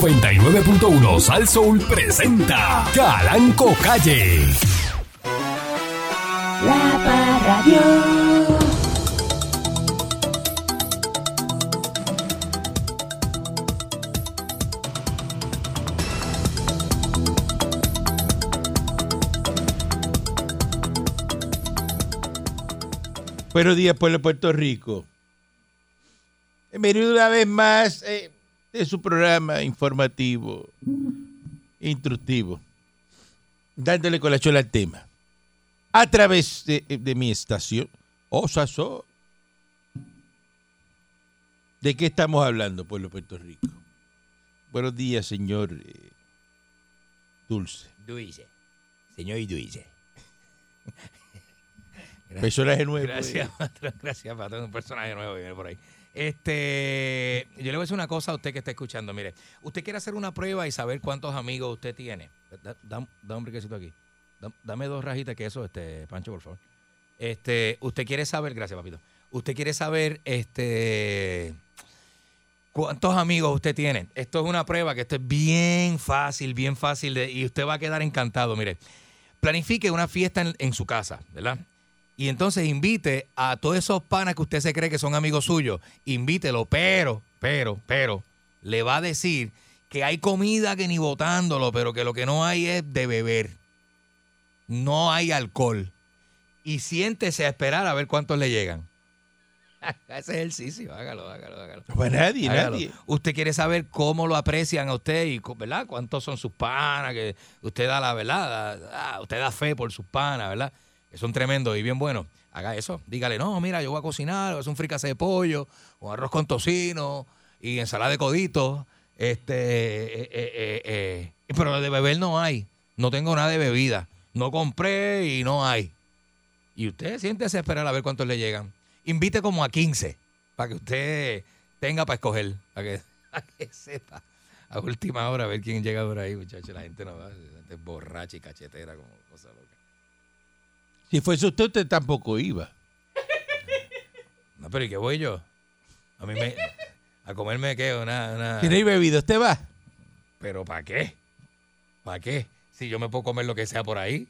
99.1 Sal Soul presenta Calanco Calle. La Parradio. Buenos días, pueblo de Puerto Rico. Bienvenido una vez más eh, de su programa informativo, instructivo, dándole con la chola al tema. A través de, de mi estación, Osaso. ¿De qué estamos hablando, pueblo de Puerto Rico? Buenos días, señor eh, Dulce. Duice. Señor y Duice. Personaje nuevo. eh. Gracias, patrón. Gracias, patrón. Un personaje nuevo que viene por ahí. Este, yo le voy a decir una cosa a usted que está escuchando. Mire, usted quiere hacer una prueba y saber cuántos amigos usted tiene. Da, da- da un briquecito aquí. Da- dame dos rajitas que eso, este, Pancho, por favor. Este, usted quiere saber, gracias, papito. Usted quiere saber, este, cuántos amigos usted tiene. Esto es una prueba que esto es bien fácil, bien fácil de- y usted va a quedar encantado. Mire, planifique una fiesta en, en su casa, ¿verdad? Y entonces invite a todos esos panas que usted se cree que son amigos suyos, invítelo, pero, pero, pero, le va a decir que hay comida que ni botándolo, pero que lo que no hay es de beber. No hay alcohol. Y siéntese a esperar a ver cuántos le llegan. Ese ejercicio, hágalo, hágalo, hágalo. No va nadie, Hágalo. nadie. Usted quiere saber cómo lo aprecian a usted y, cu- ¿verdad? Cuántos son sus panas, que usted da la verdad, da- ah, usted da fe por sus panas, ¿verdad? Que son tremendos y bien buenos. Haga eso. Dígale, no, mira, yo voy a cocinar, voy a hacer un fricase de pollo, con arroz con tocino y ensalada de codito. Este, eh, eh, eh, eh. Pero de beber no hay. No tengo nada de bebida. No compré y no hay. Y usted siéntese a esperar a ver cuántos le llegan. Invite como a 15 para que usted tenga para escoger, para que, para que sepa. A última hora a ver quién llega por ahí, muchachos. La gente no va, la gente es borracha y cachetera como cosa loca. Si fuese usted, usted tampoco iba. No, pero ¿y qué voy yo? A mí me... A comerme qué, una... una- Si no hay bebida, usted va. pero ¿para qué? ¿Para qué? Si yo me puedo comer lo que sea por ahí.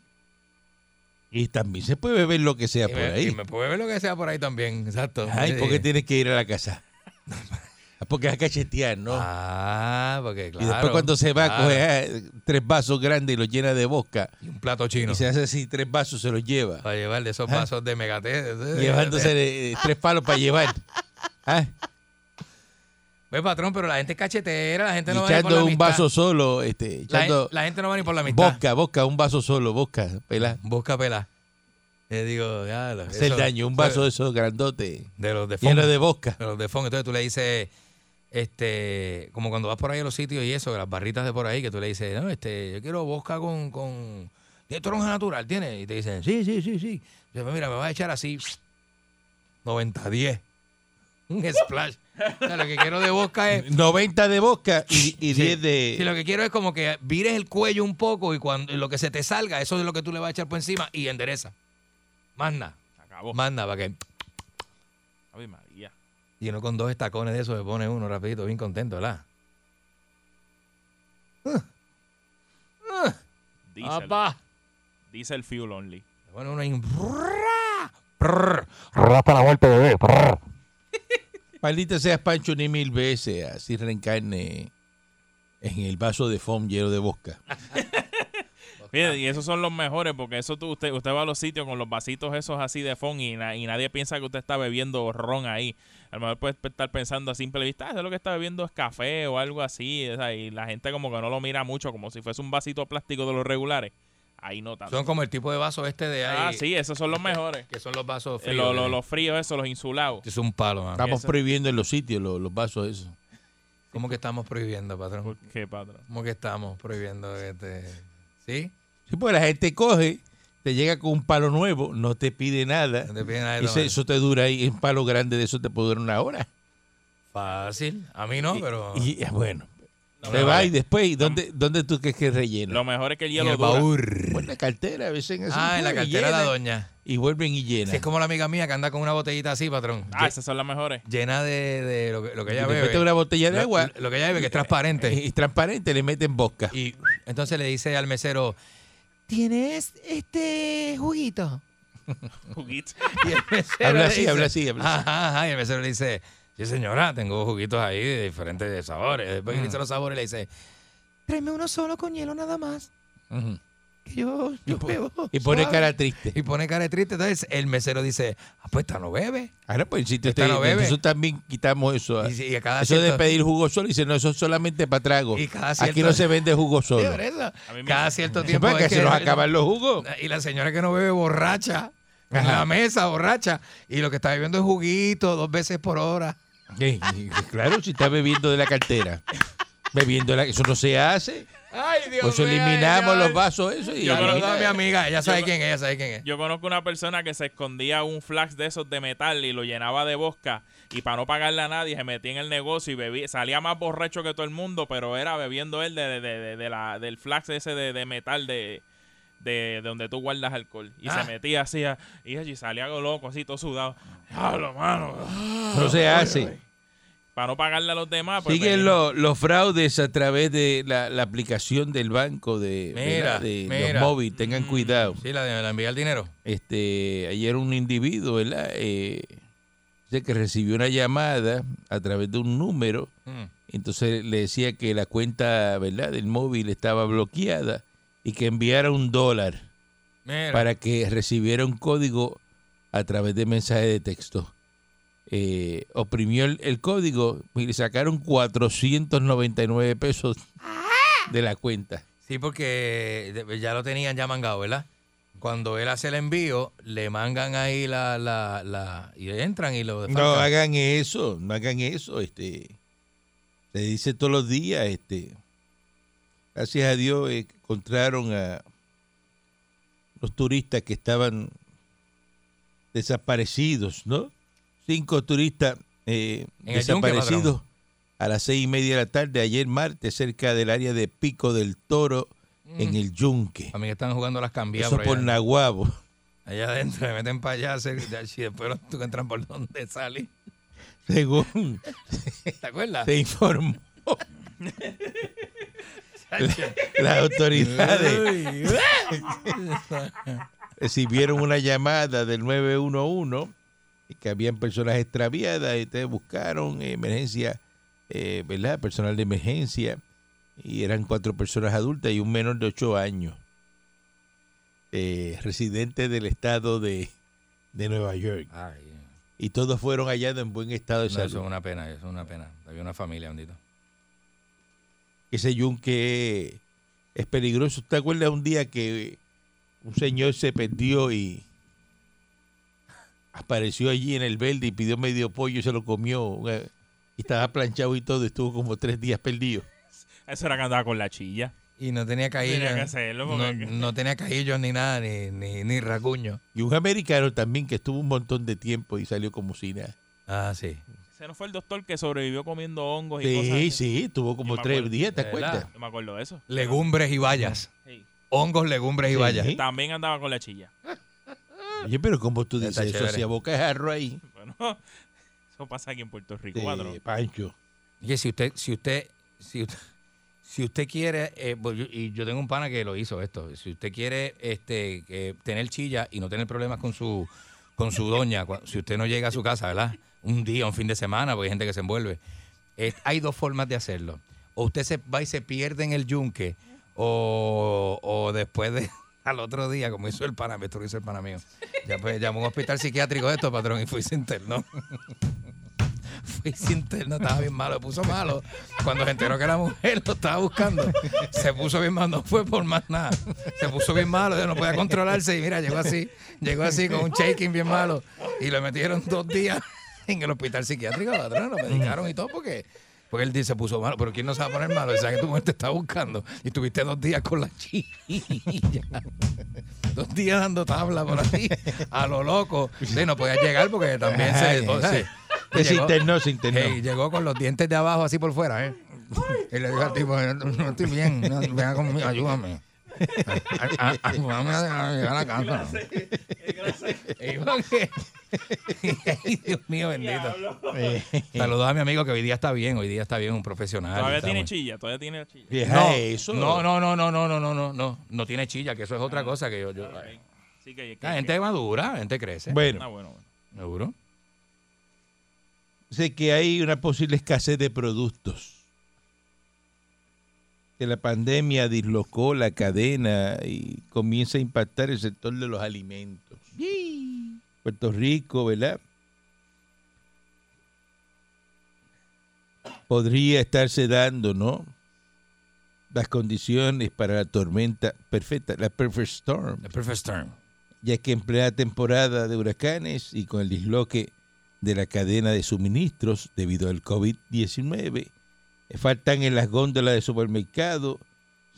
Y también se puede beber lo que sea y por me, ahí. y me puedo beber lo que sea por ahí también, exacto. Ay, Sí. ¿por qué tienes que ir a la casa? Porque vas a cachetear, ¿no? Ah, porque claro. y después cuando se va, claro. coge ah, tres vasos grandes y los llena de bosca. Y un plato chino. Y se hace así, tres vasos se los lleva. Para llevarle esos vasos de megate. Llevándose eh, tres palos para llevar. Ah, Ve, Pues, patrón, pero la gente es cachetera, la gente y no va ni por la echando un amistad. vaso solo, este, La, echando la gente no va ni por la amistad. bosca, bosca, un vaso solo, bosca, pelá. Busca pelá. Te digo, ya, lo- Hacer eso- daño, un vaso de esos grandote, de los de fondo. lleno de bosca. de los de fondo. Entonces tú le dices, este, como cuando vas por ahí a los sitios y eso, las barritas de por ahí, que tú le dices, no, este, yo quiero bosca con, con de toronja natural, ¿tiene? Y te dicen, sí, sí, sí, sí. Y yo, mira, me vas a echar así, 90-10. Un splash. O sea, lo que quiero de bosca es 90 de bosca y, y Sí. 10 de... Si lo que quiero es como que vires el cuello un poco y cuando y lo que se te salga, eso es lo que tú le vas a echar por encima y endereza. Manda. Acabó. Manda para que. Ave María. Y uno con dos estacones de eso se pone uno rapidito, bien contento, ¿verdad? Diesel. Papá. Diesel fuel only. Se pone uno ahí. un Maldita seas Pancho ni mil veces, así reencarne en el vaso de foam lleno de bosca. Fíjate, y esos son los mejores porque eso tú, usted, usted va a los sitios con los vasitos esos así de fondo y, na- y nadie piensa que usted está bebiendo ron ahí. A lo mejor puede estar pensando a simple vista, ah, eso lo que está bebiendo es café o algo así. o sea, y la gente como que no lo mira mucho, como si fuese un vasito plástico de los regulares. Ahí no tanto. Son como el tipo de vaso este de ahí. ah, sí, esos son los mejores. Que son los vasos Eh, fríos. lo- lo- Los ¿verdad? fríos esos, los insulados. Es un palo, mano. Estamos Eso. prohibiendo en los sitios los, los vasos esos. ¿Cómo que estamos prohibiendo, patrón? Qué patrón. ¿Cómo que estamos prohibiendo este. ¿Sí? Sí, porque la gente coge, te llega con un palo nuevo, no te pide nada. No te piden nada de Y se- tomar. eso te dura ahí, un palo grande de eso te puede durar una hora. Fácil. A mí no, pero. Y eh, bueno, Se va y después, ¿y ¿dónde, dónde tú crees que rellena? Lo mejor es que el En hielo el dura. baúl. Pues la cartera, a veces en eso Ah, en la y cartera de llenan, la doña. Y vuelven y llenan. Si es como la amiga mía que anda con una botellita así, patrón. Ah, lle- esas son las mejores. Llena de, de lo, que, lo que ella Y le bebe. meten una botella de Lo- agua Lo, que ella bebe, que es transparente. y, y transparente le meten bosca. Y entonces le dice al mesero, ¿tienes este juguito? Juguito. Y el mesero Habla le así, dice, habla así, habla así. Ajá, ajá. Y el mesero le dice, sí señora, tengo juguitos ahí de diferentes sabores. Después que Mm. dice los sabores le dice, tráeme uno solo con hielo nada más. Ujú. Que yo, yo bebo. Y pone suave". cara triste. Y pone cara de triste. Entonces el mesero dice, ah, pues esta no bebe. Ahora pues el sitio Esta está no bebe. Nosotros también quitamos eso. ah. Y, si- y a cada Eso de cierto- pedir jugo solo, dice, no, eso es solamente para trago. Y cada Aquí cierto- no se vende jugo Sí, solo. por eso. A mí me- Cada cierto Sí, tiempo porque es se que- nos acaban los jugos. Y la señora que no bebe borracha. En la mesa, borracha. Y lo que está bebiendo es juguito dos veces por hora. Sí, y- claro, si está bebiendo de la cartera. Bebiendo de la... Eso no se hace. Ay, Dios Por eso eliminamos los vasos eso y Yo Yo creo- a mi amiga, ella sabe yo- quién es, ella sabe quién es. Yo conozco una persona que se escondía un flax de esos de metal y lo llenaba de bosca y para no pagarle a nadie se metía en el negocio y bebía, salía más borracho que todo el mundo, pero era bebiendo él de, de- de- de- de la, del flax ese de, de metal de, de, de donde tú guardas alcohol. Y Ah. se metía así a- y, y salía loco, así todo sudado. ¡Diablo, mano! No se hace. Para no pagarle a los demás. pues, Siguen venía. lo- los fraudes a través de la, la aplicación del banco de, Mira, ¿verdad? de mira. Mm. los móviles. Tengan cuidado. Sí, la de la envía el dinero. Este, ayer un individuo, ¿verdad? Eh, dice que recibió una llamada a través de un número. Mm. Entonces le decía que la cuenta, ¿verdad? Del móvil estaba bloqueada y que enviara un dólar. Mira. para que recibiera un código a través de mensaje de texto. Eh, oprimió el, el código y le sacaron 499 pesos de la cuenta. Sí, porque de- ya lo tenían ya mangado, ¿verdad? Cuando él hace el envío, le mangan ahí la, la, la y entran y lo No defalcan. hagan eso, no hagan eso. Este, se dice todos los días. Este, gracias a Dios eh, encontraron a los turistas que estaban desaparecidos, ¿no? Cinco turistas eh, En el yunque, desaparecidos a las seis y media de la tarde ayer martes cerca del área de Pico del Toro en el Yunque. Mm. A mí que están jugando las cambiadas. Eso por por allá. Naguabo. Allá adentro me meten para allá hacer- y después no tú entran por donde salí. Según ¿Te acuerdas? se informó las autoridades. recibieron una llamada del 911 y que habían personas extraviadas y ustedes buscaron eh, emergencia, eh, ¿verdad? Personal de emergencia y eran cuatro personas adultas y un menor de ocho años, eh, residente del estado de, de Nueva York. Ay, Y todos fueron hallados en buen estado de no, eso salud. es una pena, eso es una pena. Había una familia, bendito. Ese yunque es peligroso. ¿Te acuerdas un día que un señor se perdió y apareció allí en el verde y pidió medio pollo y se lo comió? eh, Y estaba planchado y todo, estuvo como tres días perdido. Eso era que andaba con la chilla. Y no tenía caídas. Tenía que hacerlo, no, porque- no tenía caillos ni nada, ni, ni, ni racuño. Y un americano también que estuvo un montón de tiempo y salió como si nada. Ah, sí. Ese no fue el doctor que sobrevivió comiendo hongos y cosas. Sí, así. sí, estuvo como Yo me tres acuerdo. días, ¿te ¿De verdad? acuerdas? Yo me acuerdo de eso. Legumbres y vallas. Sí. Hongos, legumbres y Sí. vallas. También andaba con la chilla. Oye, pero como tú dices Está eso, chévere. hacía boca de jarro ahí, Bueno, eso pasa aquí en Puerto Rico, cuatro. eh, Pancho. Oye, si usted, si usted, si usted, si usted quiere, eh, pues yo- y yo tengo un pana que lo hizo esto, si usted quiere este, que tener chilla y no tener problemas con su, con su doña, cua- si usted no llega a su casa, ¿verdad? Un día, un fin de semana, porque hay gente que se envuelve. Eh, hay dos formas de hacerlo. O usted se va y se pierde en el yunque, o, o después de al otro día, como hizo el pana, me hizo el pana mío. Ya, pues, llamó a un hospital psiquiátrico de esto, patrón, y fui y se internó fui sin interno, estaba bien malo, se puso malo. Cuando se enteró que la mujer lo estaba buscando, se puso bien malo, no fue por más nada. Se puso bien malo, ya no podía controlarse y mira, llegó así, llegó así con un shaking bien malo y lo metieron dos días en el hospital psiquiátrico, patrón, lo medicaron y todo porque... Porque él dice, se puso malo, pero ¿quién no se va a poner malo? O sea, que tu mujer te está buscando y estuviste dos días con la chilla dos días dando tabla por ahí, a lo loco. Sí, no podía llegar porque también se. Ay, todo, sí. ¿sabes? Se Llegó- internó, se internó. Ey, llegó con los dientes de abajo así por fuera, ¿eh? Y le digo al tipo, yo no, no estoy bien, no, venga conmigo, ayúdame. A- a- a- Ayúdame a a llegar a la casa. Iván, que- Ay, Dios mío, bendito. Saludos a mi amigo que hoy día está bien, hoy día está bien, un profesional. Todavía está tiene muy- chilla, todavía tiene chilla. Vieja No, eso. no, no, no, no, no, no, no, no, no, no tiene chilla, que eso es Ah, otra cosa que yo... yo Sí que, que- la Ah, gente madura, la gente crece. que- ah, Bueno, bueno, bueno. Seguro. sé que hay una posible escasez de productos. Que la pandemia dislocó la cadena y comienza a impactar el sector de los alimentos. Puerto Rico, ¿verdad? Podría estarse dando, ¿no? Las condiciones para la tormenta perfecta, la perfect storm. The perfect storm. ya que en plena temporada de huracanes y con el disloque de la cadena de suministros debido al COVID-19, faltan en las góndolas de supermercado,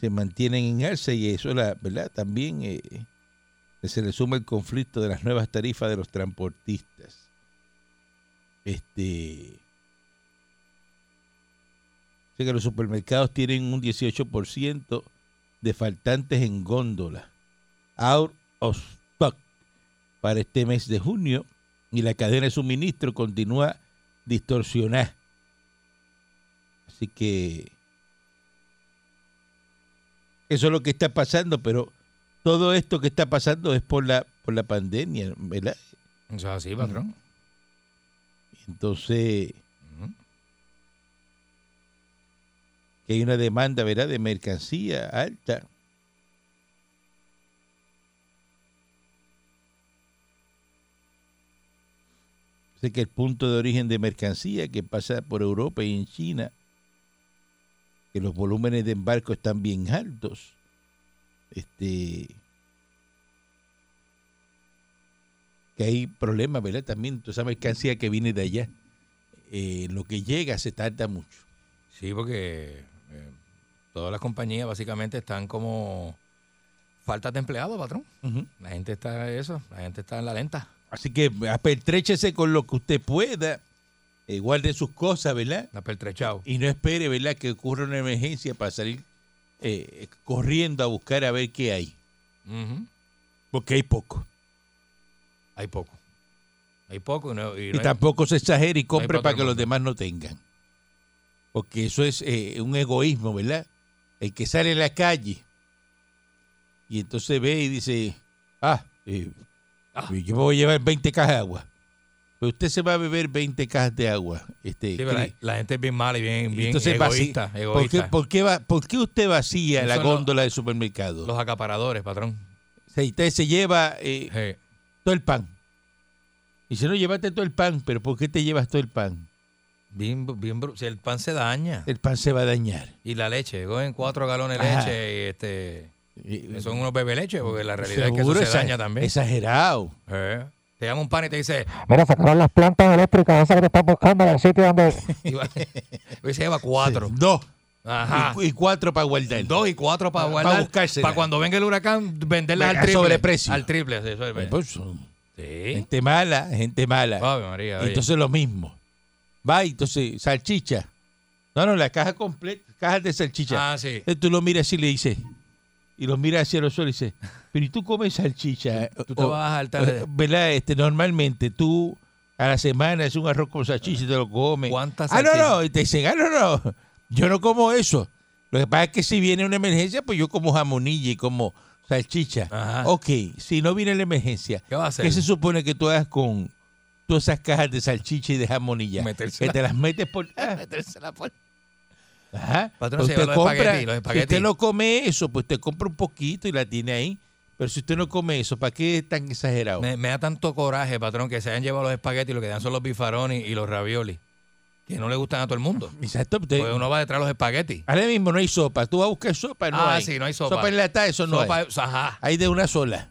se mantienen en alza y eso la verdad también eh, se le suma el conflicto de las nuevas tarifas de los transportistas. Este o sea que los supermercados tienen un 18% de faltantes en góndola. Out of stock para este mes de junio y la cadena de suministro continúa distorsionada. Así que eso es lo que está pasando, pero todo esto que está pasando es por la por la pandemia, ¿verdad? Eso es así, patrón. Entonces Ujú. que hay una demanda, ¿verdad?, de mercancía alta. Sé que el punto de origen de mercancía que pasa por Europa y en China, que los volúmenes de embarco están bien altos. Este que hay problemas, ¿verdad? También toda esa mercancía que viene de allá, eh, lo que llega se tarda mucho. Sí, porque eh, todas las compañías básicamente están como faltas de empleados, patrón. Ujú. La gente está eso, la gente está en la lenta. Así que apertréchese con lo que usted pueda, eh, guarde sus cosas, ¿verdad? La pertrechado. Y no espere, ¿verdad?, que ocurra una emergencia para salir eh, corriendo a buscar a ver qué hay, Ujú. porque hay poco. Hay poco. Hay poco y no, y Y no hay- tampoco se exagere y compre para para todo que el los mundo. demás no tengan. Porque eso es eh, un egoísmo, ¿verdad? El que sale a la calle y entonces ve y dice, ah, eh, Ah. yo me voy a llevar 20 cajas de agua. Pero usted se va a beber 20 cajas de agua. Este, Sí, pero la, Cris. la gente es bien mala y bien, bien Entonces, egoísta. vaci- egoísta. ¿Por, qué, por qué va- por qué usted vacía Eso la lo- góndola del supermercado? Los acaparadores, patrón. O sea, usted se lleva eh, Sí. todo el pan. Y si no, llevaste todo el pan, pero ¿por qué te llevas todo el pan? Bien, bien, bru- si el pan se daña. El pan se va a dañar. Y la leche, cogen cuatro galones de Ajá. leche y este, Eh, son unos bebe leche, porque la realidad seguro es que eso se exa- daña también. Exagerado. Eh, Te llama un pan y te dice, Mira, sacaron las plantas eléctricas esas que te están buscando en el sitio donde iba- hoy se lleva cuatro. Dos. Ajá. Y, cu- y cuatro para guardar. Ah. Dos y cuatro para Pa- pa guardar. Para buscársela. cuando venga el huracán, venderlas al A triple. sobreprecio. Al triple, sí, eso es Eh, verdad. pues, son Sí. gente mala, gente mala. Ave María. oye. Entonces lo mismo. Va, y entonces, salchicha. No, no, la caja completa, cajas de salchicha. ah, sí. Entonces tú lo miras y le dices, y lo miras hacia los ojos y dices, pero ¿y tú comes salchicha? Tú te O- vas a o- saltar. ¿Verdad? Este, normalmente tú a la semana haces un arroz con salchicha y te lo comes. ¿Cuántas Ah, no, salchichas? no. Y te dicen, ah, no, no. Yo no como eso. Lo que pasa es que si viene una emergencia, pues yo como jamonilla y como salchicha. Ajá. Ok, si no viene la emergencia, ¿Qué va a hacer? ¿qué se supone que tú hagas con todas esas cajas de salchicha y de jamonilla? Metérsela. Que te las metes por... ah, Metérsela por- Ajá. Patrón, Pues se lleva los espaguetis, los si espaguetis. usted no come eso, pues usted compra un poquito y la tiene ahí. Pero si usted no come eso, ¿para qué es tan exagerado? Me, me da tanto coraje, patrón, que se hayan llevado los espaguetis y lo que dan son los bifarones y los ravioli, que no le gustan a todo el mundo. Exacto. usted- Pues uno va detrás de los espaguetis. Ahora mismo no hay sopa. Tú vas a buscar sopa, no Ah, hay. sí, no hay sopa. Sopa enlatada, eso no Sopa- hay. ajá. Hay de una sola.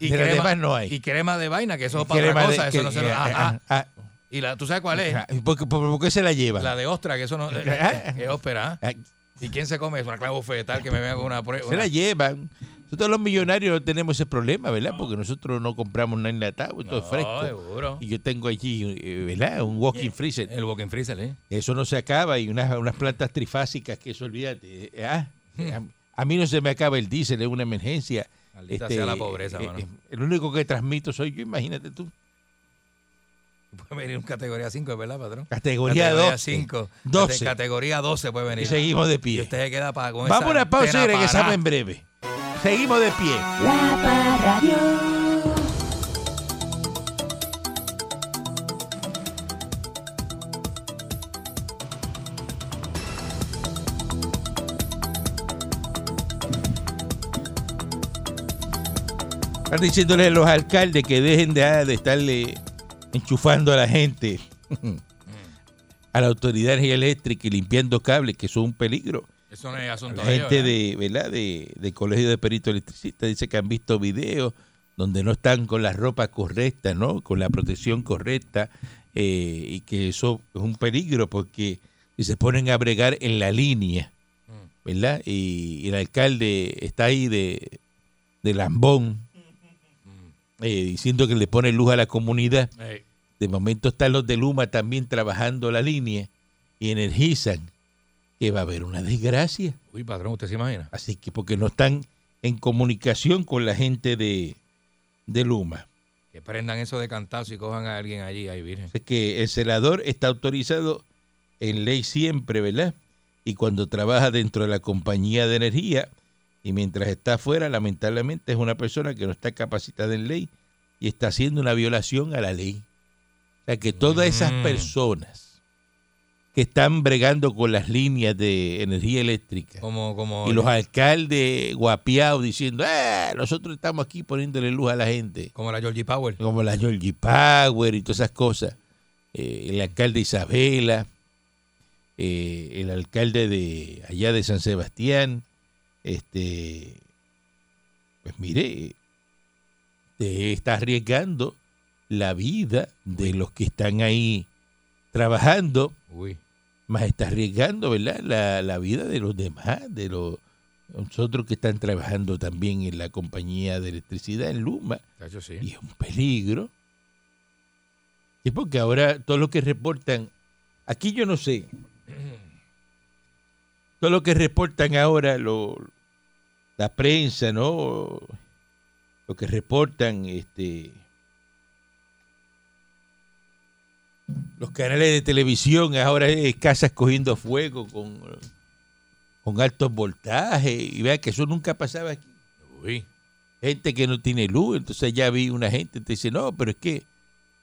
Y De las demás no hay. Y crema de vaina, que eso es Que para otra le- cosa, que- eso no se lo- eh, eh, ajá. ah, ah, Y la, ¿tú sabes cuál es? ah, ¿por, qué- por- por qué se la lleva? La de ostra, que eso no Ah. es ópera. ¿ah? Ah, ¿Y quién se come? Es una clave bofetal que me venga con una prueba. se la llevan. Nosotros los millonarios no tenemos ese problema, ¿verdad? Porque nosotros no compramos nada enlatado, todo es fresco. seguro. Y yo tengo allí, eh, ¿verdad? Un walking freezer. El walking freezer, ¿eh? Eso no se acaba y unas, unas plantas trifásicas que eso olvídate. eh, ah, Hmm. eh, a, a mí no se me acaba el diésel, es una emergencia. Maldita sea la pobreza, eh, mano. eh, el único que transmito soy yo, imagínate tú. Puede venir un categoría 5, ¿verdad, patrón? Categoría 2. 5. 12. Categoría 12 puede venir. Y seguimos de Y pie. usted se queda para con Vamos a esa una pausa y antena regresamos parada. en breve. Seguimos de pie. La Parradio. Están diciéndole a los alcaldes que dejen de, de estarle enchufando a la gente, a la autoridad de energía eléctrica y limpiando cables, que eso es un peligro. Eso no es asunto La de ellos, ¿eh? gente ¿verdad? de, ¿verdad? De, del Colegio de Peritos Electricistas dice que han visto videos donde no están con la ropa correcta, ¿no? Con la protección correcta eh, y que eso es un peligro porque si se ponen a bregar en la línea, Mm. ¿verdad? Y, y el alcalde está ahí de, de lambón eh, diciendo que le pone luz a la comunidad. Mm. Ey, De momento están los de Luma también trabajando la línea y energizan que va a haber una desgracia. Uy, patrón, ¿usted se imagina? Así que porque no están en comunicación con la gente de, de Luma. Que prendan eso de cantazo y cojan a alguien allí, ahí, virgen. Así que el celador está autorizado en ley siempre, ¿verdad? Y cuando trabaja dentro de la compañía de energía y mientras está afuera, lamentablemente es una persona que no está capacitada en ley y está haciendo una violación a la ley. O sea que todas esas Mm. personas que están bregando con las líneas de energía eléctrica Como, como. Y los alcaldes guapiados diciendo, "Eh, nosotros estamos aquí poniéndole luz a la gente, Como la Georgie Power. como la Georgie Power y todas esas cosas. Eh, el alcalde Isabela, eh, el alcalde de allá de San Sebastián, este, pues mire, te está arriesgando la vida de los que están ahí trabajando Uy. más está arriesgando, ¿verdad? La, la vida de los demás, de los nosotros que están trabajando también en la compañía de electricidad en Luma. Chacho, sí. Y es un peligro. Y porque ahora todo lo que reportan, aquí yo no sé, todo lo que reportan ahora lo, la prensa, ¿no? Lo que reportan este los canales de televisión ahora es casas cogiendo fuego con, con altos voltajes y vea que eso nunca pasaba aquí Uy. gente que no tiene luz. Entonces ya vi una gente te dice, no, pero es que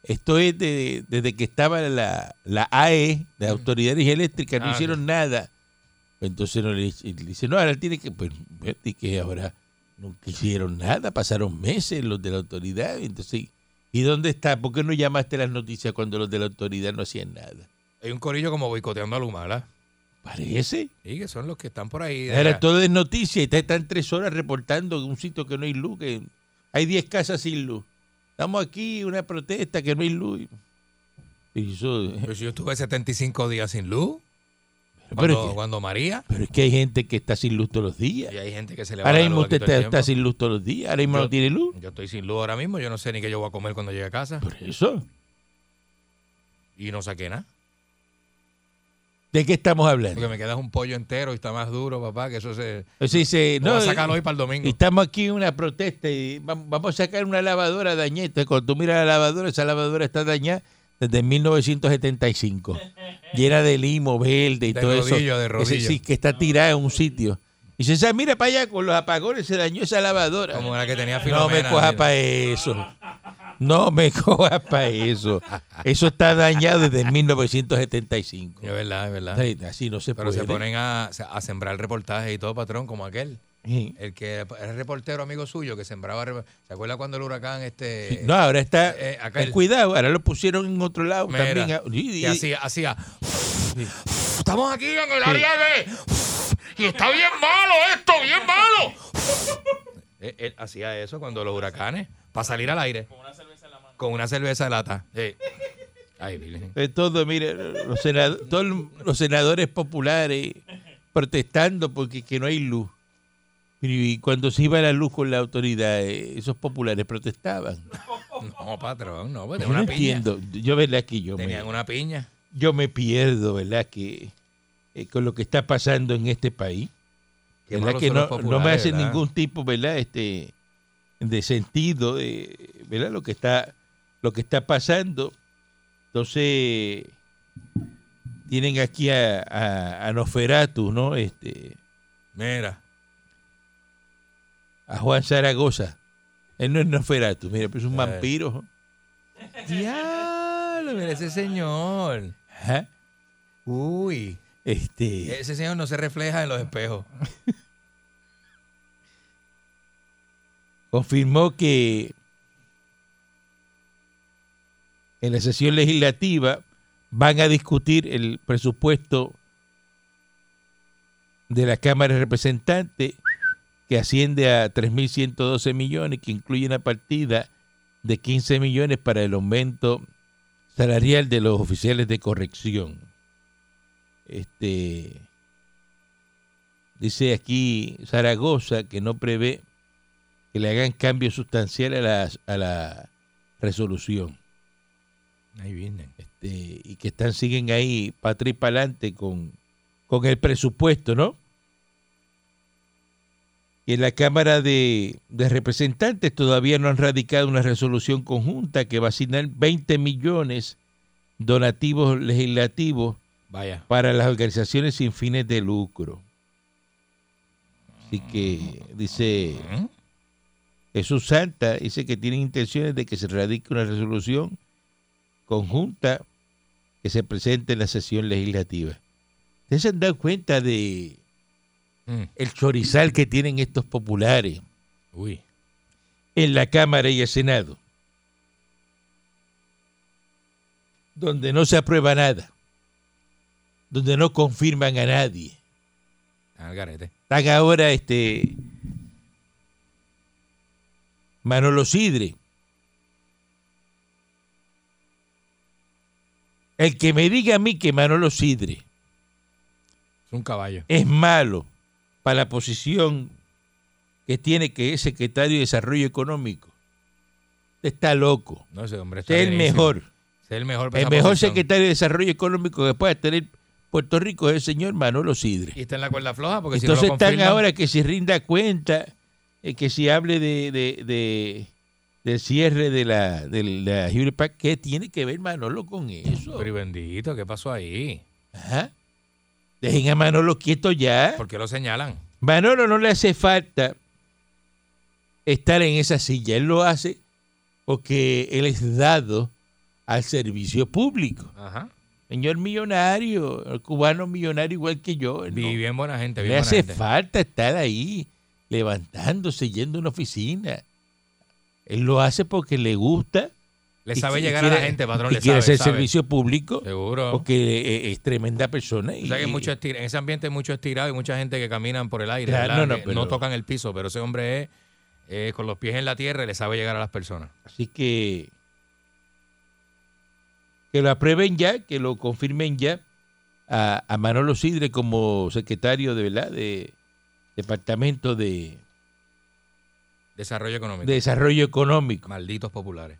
esto es de- desde que estaba la, la AE, la Autoridad de Energía Eléctrica, no Ah, hicieron nada. Entonces no, le, dice- le dice, no, ahora tiene que, pues, bueno, y que ahora nunca hicieron nada, pasaron meses los de la autoridad. Entonces, ¿y dónde está? ¿Por qué no llamaste las noticias cuando los de la autoridad no hacían nada? Hay un corillo como boicoteando a Luma, ¿verdad? Parece. Y que son los que están por ahí. de Ahora allá. todo es noticia y te están tres horas reportando en un sitio que no hay luz, que hay 10 casas sin luz. Estamos aquí, una protesta que no hay luz. Y eso- eh, Pero si yo estuve 75 días sin luz, cuando, pero, es que, cuando María, pero es que hay gente que está sin luz todos los días. y hay gente que se le va Ahora la mismo luz usted aquí está, todo el está tiempo. sin luz todos los días, ahora mismo Yo- Mm. no tiene luz. Yo estoy sin luz ahora mismo, yo no sé ni qué yo voy a comer cuando llegue a casa. Por eso. Y no saqué nada. ¿De qué estamos hablando? Porque me quedas un pollo entero y está más duro, papá, que eso se... Entonces dice, No, no, a sacarlo hoy para el domingo. estamos aquí en una protesta y vam- vamos a sacar una lavadora dañeta. Cuando tú miras la lavadora, esa lavadora está dañada desde 1975. Llena de limo verde y De todo rodillo, eso. de Ese rodillo. sí, que está tirada en un sitio. Y dice, "Sa- mira para allá, con los apagones se dañó esa lavadora. Como la que tenía No Filomena. me coja mira. para eso. No me coja para eso. Eso está dañado desde 1975. Es verdad, es verdad. Ay, Así no se Pero puede. se ponen a, a sembrar reportajes y todo, patrón, como aquel. Sí. El que era reportero amigo suyo que sembraba... rep- ¿Se acuerda cuando el huracán este... No, ahora está. eh, acá el- cuidado, ahora lo pusieron en otro lado Mira, también. ah, y- eh, Y y- hacía, hacía. Estamos aquí en el área de. Y está bien malo esto, bien malo. Él, él Eh, hacía eso cuando los huracanes, para salir al aire. Con una cerveza de lata. Sí. Ay, Virgen. De eh, todo, mire, los, senado- todos los senadores populares protestando porque que no hay luz. Pero y cuando se iba la luz con la autoridad, eh, esos populares protestaban. No, patrón, no, pues Yo tenía no una piña. entiendo. Yo, ¿verdad? Que yo me, Tenían una piña. yo me pierdo, ¿verdad? Que eh, con lo que está pasando en este país. Qué ¿verdad? malos Que son no, los no me populares, hace ¿verdad? ningún tipo, ¿verdad? Este, de sentido, de, ¿verdad? Lo que está, lo que está pasando. Entonces, tienen aquí a, a, a Noferatu, ¿no? Este, Mira. a Juan Zaragoza. Él no es Noferatu, mira, pero es un Eh. vampiro. Diablo, mira ese señor. Ajá. Uy. Este, Ese señor no se refleja en los espejos. confirmó que en la sesión legislativa van a discutir el presupuesto de la Cámara de Representantes que asciende a 3.112 millones, que incluye una partida de 15 millones para el aumento salarial de los oficiales de corrección. Este dice aquí Zaragoza que no prevé que le hagan cambios sustanciales a la, a la resolución Ahí vienen. este, y que están siguen ahí para atrás y para adelante con, con el presupuesto, ¿no? Y en la Cámara de, de Representantes todavía no han radicado una resolución conjunta que va a asignar 20 millones donativos legislativos Vaya. para las organizaciones sin fines de lucro. Así que dice Jesús Santa, dice que tienen intenciones de que se radique una resolución conjunta que se presente en la sesión legislativa. ¿Ustedes se han dado cuenta de Mm. el chorizal que tienen estos populares Uy. en la Cámara y el Senado? Donde no se aprueba nada, donde no confirman a nadie. Al garete. Están ahora este Manolo Sidre. El que me diga a mí que Manolo Sidre Es un caballo. es malo para la posición que tiene que es secretario de Desarrollo Económico, usted está loco. No, ese hombre está Usted es el buenísimo. mejor. Es el mejor. para El esa mejor posición. secretario de Desarrollo Económico que pueda tener Puerto Rico es el señor Manolo Sidre. Y está en la cuerda floja porque Entonces si no lo están confirman- ahora que si rinda cuenta, eh, que si hable de, de- de- del cierre de la, de la Hewlett Packard, ¿qué tiene que ver Manolo con eso? Pero y bendito, ¿qué pasó ahí? Ajá. Dejen a Manolo quieto ya. ¿Por qué lo señalan? Manolo no le hace falta estar en esa silla. Él lo hace porque él es dado al servicio público. Ajá. Señor millonario, el cubano millonario igual que yo. ¿no? Y bien buena gente, bien Le buena hace gente. falta estar ahí, levantándose, yendo a una oficina. Él lo hace porque le gusta. Le y sabe qui- llegar quiere- a la gente, patrón. Y le quiere sabe, hacer sabe. servicio público Seguro. porque eh, es tremenda persona. Y, O sea que hay mucho estir- en ese ambiente hay mucho estirado y mucha gente que caminan por el aire, Claro, ¿verdad? no, no, Que pero- tocan el piso, pero ese hombre es eh, con los pies en la tierra y le sabe llegar a las personas. Así que que lo aprueben ya, que lo confirmen ya a, a Manolo Sidre como secretario de verdad de Departamento de, Desarrollo económico. de Desarrollo Económico. Malditos populares.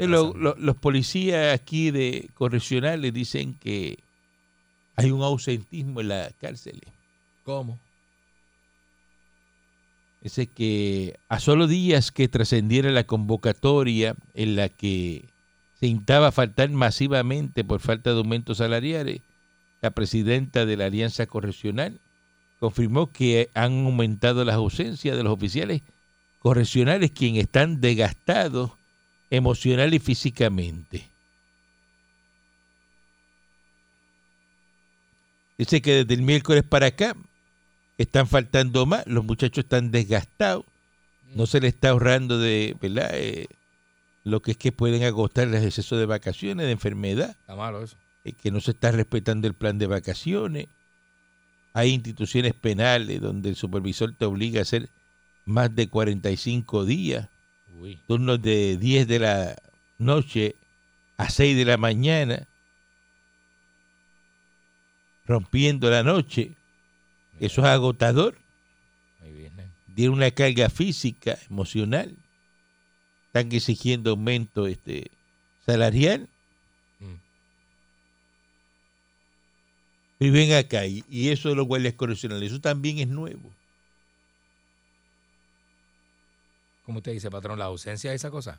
Eh, lo- Atrasan. lo- los policías aquí de correccionales dicen que hay un ausentismo en las cárceles. ¿Cómo? Dice que a solo días que trascendiera la convocatoria en la que se intentaba faltar masivamente por falta de aumentos salariales, la presidenta de la Alianza Correccional confirmó que han aumentado las ausencias de los oficiales correccionales quienes están desgastados emocional y físicamente. Dice que desde el miércoles para acá están faltando más, los muchachos están desgastados, no se les está ahorrando de, ¿verdad? Eh, lo que es que pueden agotar el exceso de vacaciones, de enfermedad, Está malo eso. eh, que no se está respetando el plan de vacaciones. Hay instituciones penales donde el supervisor te obliga a hacer más de 45 días, Uy. turnos de 10 de la noche a 6 de la mañana, rompiendo la noche. Eso es agotador. My business. tiene una carga física, emocional. Están exigiendo aumento este, salarial. Mm. Y ven acá, y, y eso de los guardias correccionales, eso también es nuevo. Como usted dice, patrón, la ausencia de esa cosa.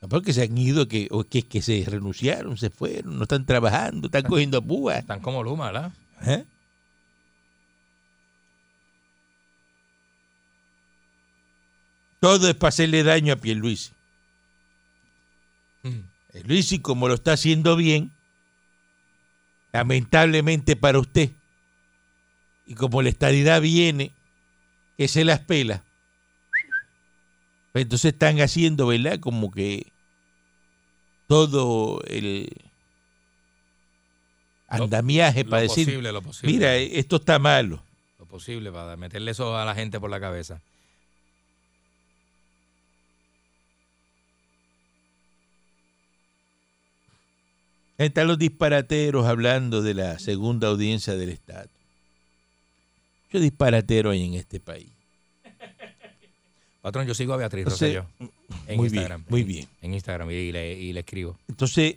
Tampoco que se han ido, que, o que, que se renunciaron, se fueron, no están trabajando, están cogiendo púas. Están como Luma, ¿verdad? ¿eh? Todo es para hacerle daño a Pierluisi. Mm. Eh, Luisi, como lo está haciendo bien, lamentablemente para usted, y como la estadidad viene, que se las pela, pues entonces están haciendo, ¿verdad? Como que todo el andamiaje para lo decir, posible, lo posible. mira, eh, esto está malo. Lo posible para meterle eso a la gente por la cabeza. Ahí Están los disparateros hablando de la segunda audiencia del Estado. Yo disparatero hay en este país. Patrón, yo sigo a Beatriz Entonces, Rosselló en muy bien, Instagram. muy en- bien. En Instagram y le, y le escribo. Entonces,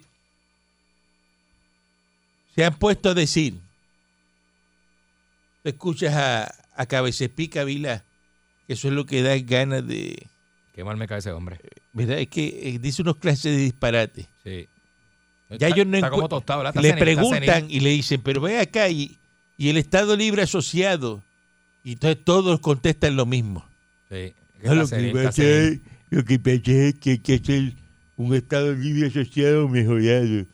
se han puesto a decir, tú escuchas a, a Cabecepica Vila, que eso es lo que da ganas de... Qué mal me cae ese hombre. ¿Verdad? Es que eh, dice unos clases de disparate. Sí. Ya Está- yo no está como encu- tostado, ¿verdad? Está Le senil, está preguntan senil. y le dicen, pero ve acá y, y el Estado Libre Asociado. Y entonces todos contestan lo mismo. Sí. No, lo, Está senil, que está pasa senil. es, lo que pasa es que hay que hacer un Estado libre asociado mejorado.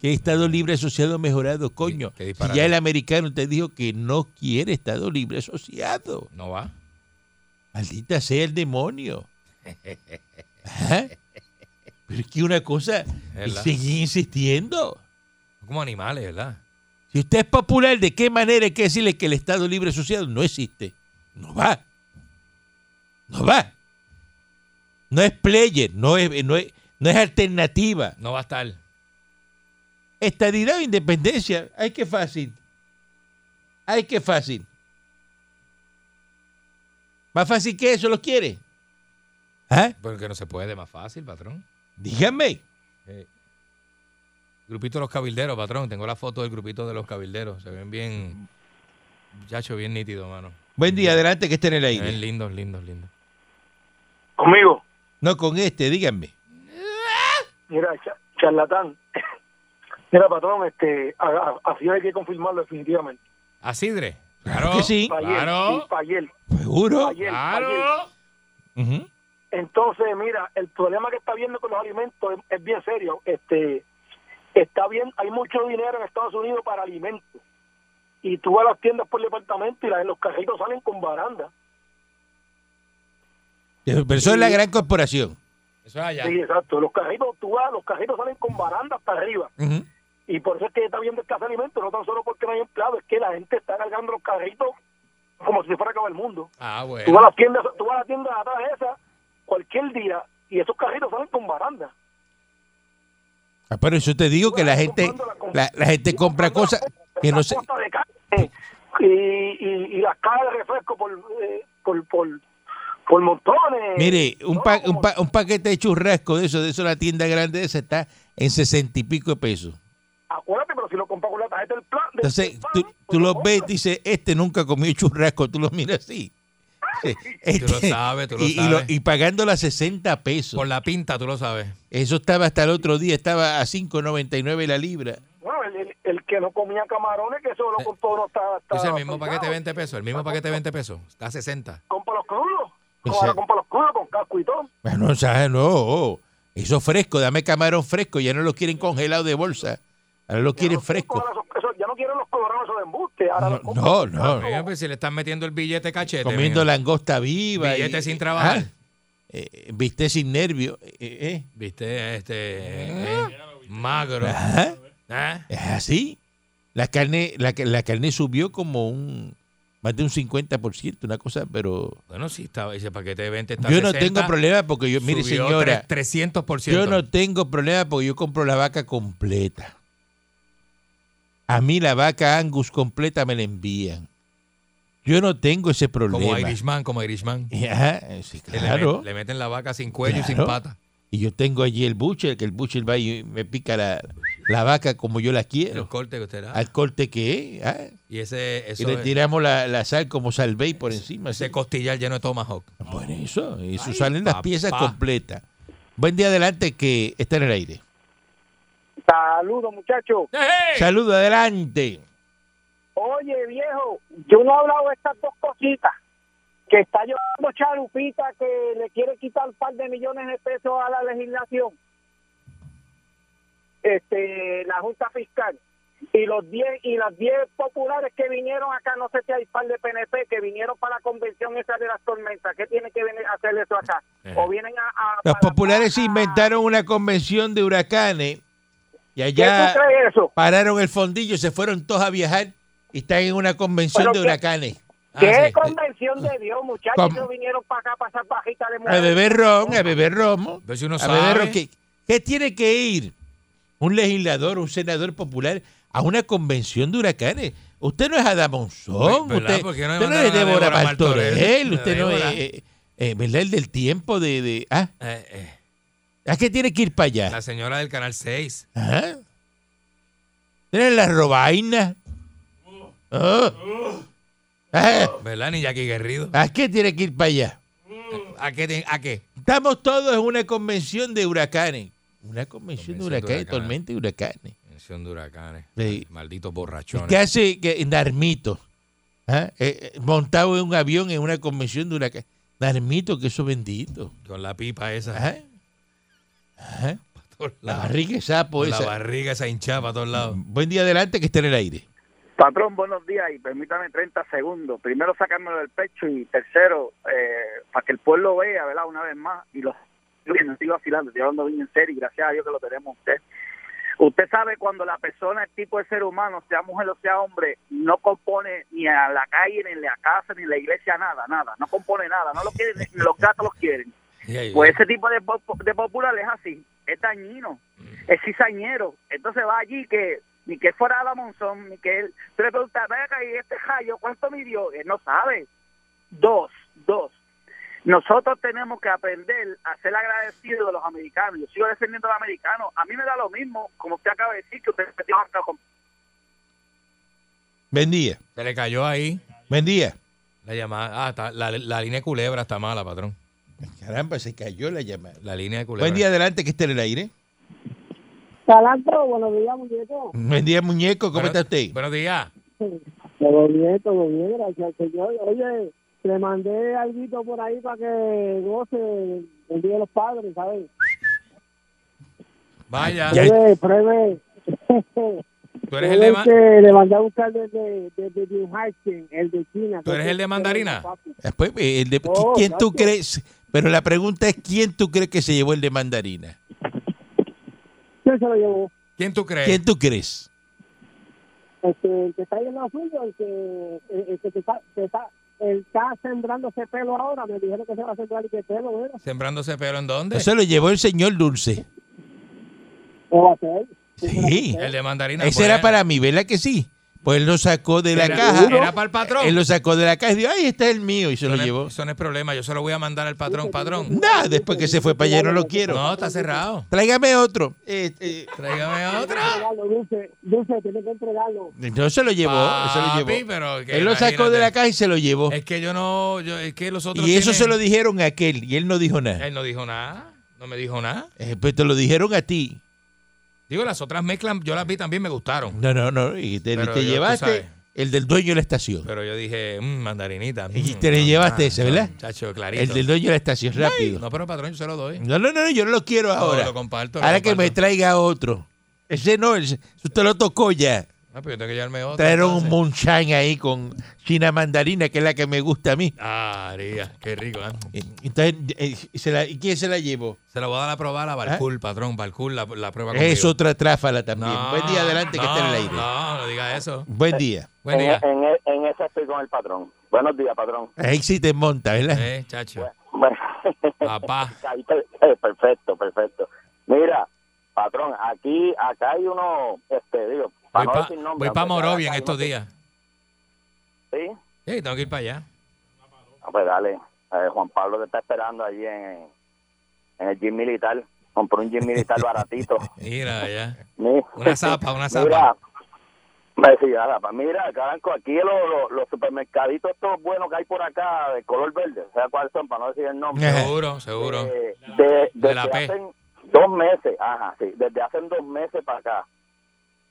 ¿Qué Estado libre asociado mejorado, coño? qué disparate. si ya el americano te dijo que no quiere Estado libre asociado. No va. Maldita sea el demonio. Ajá. Pero es que una cosa, y ¿Verdad? seguir insistiendo. Como animales, ¿verdad? Si usted es popular, ¿de qué manera hay que decirle que el Estado Libre Asociado no existe? No va. No va. No es player, no es, no es, no es alternativa. No va a estar. Estadidad o independencia, hay que fácil. Hay que fácil. Más fácil que eso lo quiere. ¿Ah? Porque no se puede más fácil, patrón. Díganme. Grupito de los cabilderos, patrón. Tengo la foto del grupito de los cabilderos. Se ven bien. Muchacho, bien nítido, mano. Buen día, adelante que esté en el Se ven aire. lindos, lindos, lindos. Conmigo. No con este, díganme. Mira, cha- charlatán. Mira, patrón, este, a, a- así hay que confirmarlo definitivamente. ¿A Sidre? Claro que sí. Para ayer, Claro. sí, para ayer, Seguro. para ayer, para ayer. ¡Claro! Ujú. Entonces, mira, el problema que está viendo con los alimentos es, es bien serio. Este, está bien, hay mucho dinero en Estados Unidos para alimentos. Y tú vas a las tiendas por el departamento y la- los carritos salen con baranda. Pero eso es la gran corporación. Eso es allá. Sí, exacto. Los carritos, tú vas, los carritos salen con baranda hasta arriba. Ujú. Y por eso es que está viendo escasez de alimentos, no tan solo porque no hay empleado, es que la gente está cargando los carritos como si fuera a acabar el mundo. Ah, Tú vas a bueno. las tiendas, tú vas a las tiendas atrás de esa cualquier día y esos carritos salen con baranda. Ah, pero eso te digo que la gente la, la gente compra cosas que no se Las costas de carne y, y, y las cajas de refresco por, eh, por, por, por montones. mire un, No, pa- como- un, pa- un paquete de churrasco de eso de eso la tienda grande esa está en sesenta y pico de pesos Acuérdate, pero si lo compras con la tarjeta del plan. del- entonces del plan, tú, pues tú lo lo ves y compras. dices este nunca comió churrasco tú lo miras así este, Tú lo sabes, tú lo y, y sabes. y pagando las 60 pesos Por la pinta, tú lo sabes. eso estaba hasta el otro día estaba a 5.99 la libra Bueno, el, el, el que no comía camarones, que eso lo Eh, compró no está. está Es el mismo paquete pensado. 20 pesos. El mismo paquete 20 pesos. Está a 60. Compra los crudos. Pues, Ahora eh, compra los crudos con casco y todo. bueno o sea, no oh, eso fresco dame camarón fresco ya no lo quieren congelado de bolsa ahora lo quieren fresco ya no quieren los colorados esos de embuste. Ahora los compran no no eh, Mira, pues, si le están metiendo el billete cachete. comiendo mijo. langosta viva. ah, Billete sin trabajar. eh, viste sin nervio. eh, eh, Viste, este. eh, eh, magro. eh, ajá, ¿Ah? Es así. La carne, la, ca- la carne subió como un más de un 50%, una cosa, pero Bueno, sí, está, ese paquete de 20 está a yo no 60, tengo problema porque yo, mire subió señora, tres- 300%. yo no tengo problema porque yo compro la vaca completa. A mí la vaca Angus completa me la envían. Yo no tengo ese problema. Como Irishman, como Irishman. Ajá, eh, sí, Que le claro. met- Le, meten la vaca sin cuello y sin Claro. pata. Y yo tengo allí el butcher, que el butcher va y me pica la, la vaca como yo la El quiero, corte que usted da. al corte que es. ah, Y ese, eso Y le es- tiramos la, la sal como salvéis por encima. ese así. costillar lleno de tomahawk. Bueno, eso, eso salen las papá. piezas completas. Buen día adelante que está en el aire. Saludos, muchachos. Saludo adelante. Oye, viejo, yo no he hablado de estas dos cositas. Que está llorando Charupita que le quiere quitar un par de millones de pesos a la legislación. Este, la Junta Fiscal. Y los 10 y las 10 populares que vinieron acá, no sé si hay par de PNP que vinieron para la convención esa de las tormentas. ¿Qué tiene que venir a hacer eso acá? O vienen a, a- Los para- populares se a- inventaron una convención de huracanes y ¿Qué allá tú crees eso? pararon el fondillo, se fueron todos a viajar y están en una convención Pero de qué- huracanes. Ah, ¿Qué sí. convención de Dios, muchachos? ¿Cómo? Ellos vinieron para acá a pasar bajita de A mujer. beber ron, a beber romo. Pero si uno a beber sabe. ron. ¿Qué, qué tiene que ir un legislador, un senador popular a una convención de huracanes? Usted no es Adamonzón, Ve- ¿verdad? usted, Porque no le usted no mandaron es a Débora Débora Martorell, Martorell, usted no es, Débora. eh, eh, ¿verdad? El del tiempo de... de- ah, Eh, eh, ¿A qué tiene que ir para allá? la señora del canal 6. Ajá. Tienen las robainas. Oh. Ah, ¿Verdad? Ni Jackie Guerrido. ¿A qué tiene que ir para allá? ¿A qué? te- ¿A qué? Estamos todos en una convención de huracanes. Una convención, Convención de de huracanes, huracanes. tormenta y huracanes. Mención de huracanes. Sí. Malditos borrachones. ¿Qué hace que, Narmito? ¿Ah? Eh, eh, montado en un avión en una convención de huracanes. Narmito, que eso bendito. Con la pipa esa. Ajá. Ajá. Por ¿Eh? La la- barriga de sapo con la esa. barriga esa hinchada para todos lados. Buen día adelante que esté en el aire. Patrón, buenos días y permítame 30 segundos. Primero, sacármelo del pecho y tercero, eh, para que el pueblo vea, ¿verdad? Una vez más, y los no estoy vacilando, estoy hablando bien en serio y gracias a Dios que lo tenemos a usted. Usted sabe cuando la persona, el tipo de ser humano, sea mujer o sea hombre, no compone ni a la calle, ni en la casa, ni en la iglesia, nada, nada. No compone nada, no lo quieren, ni los gatos los quieren. Y ahí- Pues ese tipo de, pop- de popular es así, es dañino, es cizañero. Entonces va allí que ni que fuera la Monzón, ni que él. Tú le preguntas, "Ven acá, ¿y este rayo cuánto midió? Él no sabe. Dos, dos. Nosotros tenemos que aprender a ser agradecidos de los americanos. Yo sigo defendiendo a los americanos. A mí me da lo mismo, como usted acaba de decir, que usted se metió hasta con Buen día. Se le cayó ahí Buen día. la llamada. Ah, está- la, la línea de culebra está mala, patrón. Caramba, se cayó la llamada. La línea de culebra. Buen día adelante que esté en el aire. Salantro, buenos días, muñeco. Buen día, muñeco. ¿Cómo Bueno- está usted? Buenos días. Todo bien, todo bien, gracias al Señor. Oye, le mandé algo por ahí para que goce el Día de los Padres, ¿sabes? Vaya. Ya- Oye, pruebe. ¿Tú eres el de, Pruebe ma- que Eh, le mandé a buscar desde, desde New Hampshire, el de China. ¿Tú eres el de mandarina? Después, eh, el de- No, ¿Quién tú gracias. crees? Pero la pregunta es, ¿quién tú crees que se llevó el de mandarina? ¿Quién se lo llevó? ¿Quién tú crees? ¿Quién tú crees? Este, el que está ahí en la suya, el que, el, el Eh, que está, que está, el está sembrándose pelo ahora. Me dijeron que se va a sembrar y que pelo, bueno, ¿Sembrándose pelo en dónde? Eso lo llevó el señor Dulce. ¿qué va a hacer? Sí. El de mandarina. Ese bueno. era para mí, ¿verdad que sí? Pues él lo sacó de la Era- caja. Era para el patrón. Él lo sacó de la caja y dijo, ay, este es el mío. Y se lo Eso no es- llevó. Eso no es problema. Yo se lo voy a mandar al patrón, patrón. Nada, después que se fue para allá no lo quiero. No, está Este, cerrado. Tráigame otro. Eh, eh, Tráigame otro. Entregarlo, eh, Dulce, Dulce, tiene que entregarlo. no se lo llevó. se lo Papi, llevó. pero que Él lo sacó de la imagínate. caja y se lo llevó. Es que yo no, yo, es que los otros. Y eso tienen- se lo dijeron a aquel y él no dijo nada. Él no dijo nada, no me dijo nada. Eh, pues te lo dijeron a ti. Digo, las otras mezclas, yo las vi también, me gustaron. No, no, no. Y te, Pero te yo, tú llevaste sabes. el del dueño de la estación. Pero yo dije, mmm, mandarinita. Y mm, te le mm, llevaste ah, ese, ¿verdad? Chacho, clarito. El del dueño de la estación, rápido. No, pero patrón, yo se lo doy. No, no, no, yo no lo quiero ahora. lo comparto, lo ahora que me comparto. traiga otro. Ese no, ese- usted lo tocó ya. Ah, pero yo tengo que llevarme otro. Trajeron un entonces. moonshine ahí con china mandarina, que es la que me gusta a mí. Ah, María, qué rico. ¿eh? Eh, Entonces, eh, se la- ¿y quién se la llevó? Se lo voy a dar a probar a Barcool, patrón. Barcool, la, la prueba conmigo. ¿Eh? Es otra tráfala también. No, Buen día, adelante, que no, está en el aire. No, no diga Eh, eso. Buen día. Buen día. En, en eso estoy con el patrón. Buenos días, patrón. Ahí sí te monta, ¿verdad? Eh, chacho. Bueno, Papá. ahí per- eh, perfecto, perfecto. Mira, patrón, aquí acá hay uno, este, digo, Voy no para decir nombre, voy pa aunque sea Morovi en acá hay estos uno que- días. Sí, Sí, tengo que ir para allá. Ah, pues dale, Eh, Juan Pablo te está esperando allí en, en el gym militar. Compró un gym militar baratito. Mira allá. Mi- Una zapa, una Mira, zapa. me decía, "Ala, pa- mira, Caranco, aquí lo- lo- los supermercaditos estos buenos que hay por acá de color verde, o sea, cuáles son, para no decir el nombre. Seguro, seguro. Eh, de- De la desde P. hace dos meses, ajá, sí, desde hace dos meses para acá,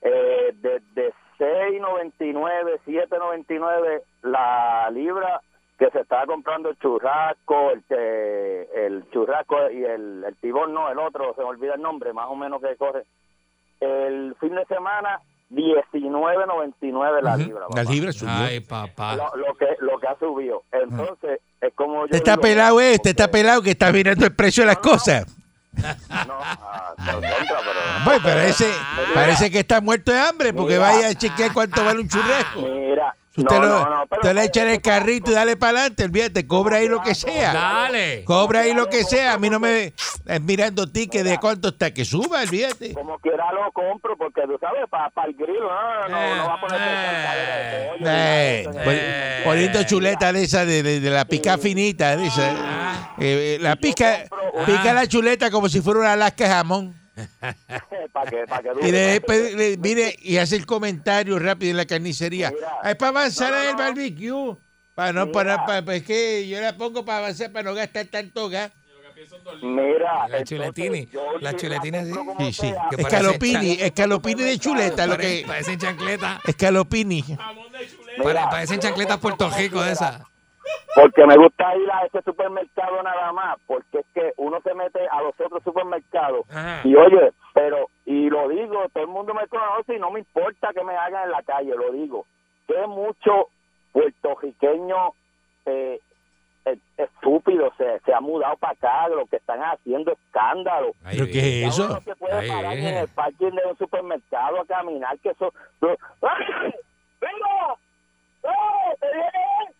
eh, desde 6.99, 7.99 la libra que se estaba comprando el churrasco, el, te- el churrasco y el, el tibón, no, el otro, se me olvida el nombre, más o menos que corre. El fin de semana, 19.99 la libra. La papá. libra subió. Ay, papá. Lo, lo que, lo que ha subido. Entonces, es como yo... Te está digo, pelado este, está porque- pelado que está mirando el precio de las cosas. no, ah, pero contra, pero- Bueno, parece, Ah, parece que está muerto de hambre porque vaya a chequear cuánto vale un churrasco. Mira, Si Usted, no, lo, no, no, pero- usted le echa en el carrito y dale para adelante, olvídate, cobra ahí lo que sea. Dale. Cobra ahí lo que sea. A mí no me. eh, Mirando ticket de cuánto está, que suba, olvídate. Como quiera lo compro, porque tú sabes, para el grill, no, no, no va a poner Eh, pescado de pollo, Eh, ni nada de eso, pon- eh, poniendo chuleta de esa, de, de- de la pica finita, de esa. Ah. Eh, eh, la pica, pica la chuleta como si fuera una lasca de jamón. para eh, que, para que Y le, dure. pe- le- mire, y hace el comentario rápido en la carnicería. Mira. Es para avanzar en el barbecue. Para no parar, para, es que yo la pongo para avanzar, para no gastar tanto gas. Mira, La entonces, chuletini, yo la sí chuletini compro así. como Sí, sí. sea. Que parece- Escalopini, escalopini de chuleta, lo Pare- que. Parecen chancletas. Escalopini. Pare- Mira, Parecen yo chancletas compro Puerto como Rico de quiera, esas. Porque me gusta ir a ese supermercado nada más, porque es que uno se mete a los otros supermercados Ajá. Y oye, pero, y lo digo, todo el mundo me conoce y no me importa que me hagan en la calle, lo digo. Que mucho puertorriqueño eh, eh, estúpido se, se ha mudado para acá, lo que están haciendo escándalo. Ay, ¿Pero qué Ya es eso? uno eh. no se puede Ay, parar ni en Virgen. el parking de un supermercado a caminar, que eso... no- ¡Ay! ¡Venga! ¡Eh! ¡Te dije!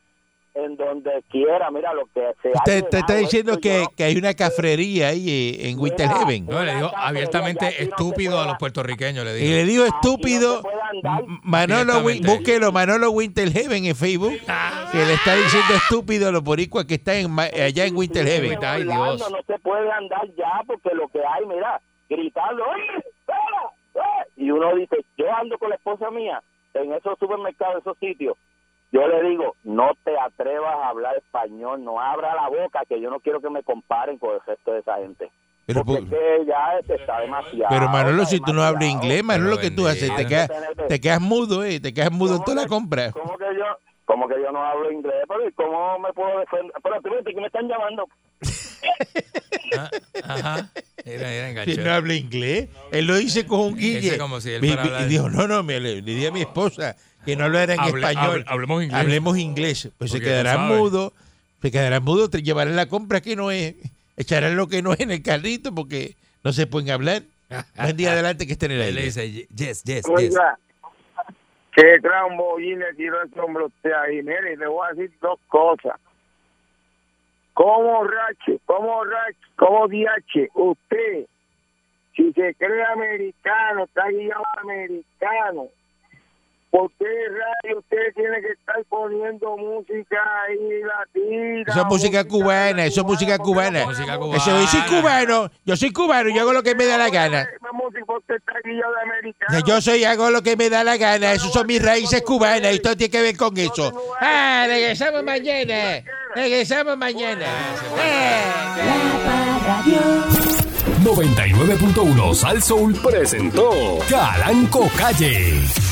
En donde quiera, mira lo que se ha Usted te está llegado, diciendo esto que, yo- que hay una cafrería ahí eh, en Winter Mira, Heaven. No, le digo abiertamente estúpido a los puertorriqueños, le Y le digo digo. Aquí no estúpido. se puede andar. M- Manolo, Win- Directamente. Ah. búsquelo, Manolo Winter Heaven en Facebook. Que le está diciendo estúpido a los boricuas que están en ma- allá en Winter Heaven. Ay, Orlando Dios. No se puede andar ya porque lo que hay, mira, gritando, "Oye, espera, eh". y uno dice, yo ando con la esposa mía en esos supermercados, esos sitios. Yo le digo, no te atrevas a hablar español, no abra la boca, que yo no quiero que me comparen con el resto de esa gente. Pero, pues, porque pu- es que ya este está demasiado. pero Manolo, si tú no hablas demasiado. inglés, Manolo, lo que tú haces, te quedas, te quedas mudo, eh, te quedas mudo en toda la compra. ¿Cómo que yo, cómo que yo no hablo inglés? Pero ¿y ¿cómo me puedo defender? Pero tú viste que me están llamando. Ah, Ajá. Mira, mira, Si enganchó. no habla inglés, él lo dice con un Dice guille. como si él Y- fuera a y- hablar- y dijo, no, no, me, le, le di a mi esposa que no hablara en Hable- español. hable- hablemos inglés. Hablemos inglés. Pues se Porque tú quedará sabes. mudo, se quedará mudo, te llevarán la compra que no es, echarán lo que no es en el carrito porque no se pueden hablar. Buen día adelante que estén en el Él le aire. dice, yes, yes, yes. Oiga, qué trambolín le tiró este ese hombre a usted ahí. Mire, le voy a decir dos cosas. Como rache, como rache, como diache, usted, si se cree americano, está guiado americano, ¿por qué radio usted tiene que estar poniendo música ahí latina? Eso es música cubana, eso es música cubana. Eso, yo soy cubano, yo soy cubano, yo hago lo que me da la gana. Música, usted está guiado de americano. No, Yo soy, hago lo que me da la gana, esas son mis raíces cubanas y todo tiene que ver con eso. Ah, regresamos mañana, regresamos mañana. Ah. La Radio. 99.1 Sal Soul presentó Calanco Calle.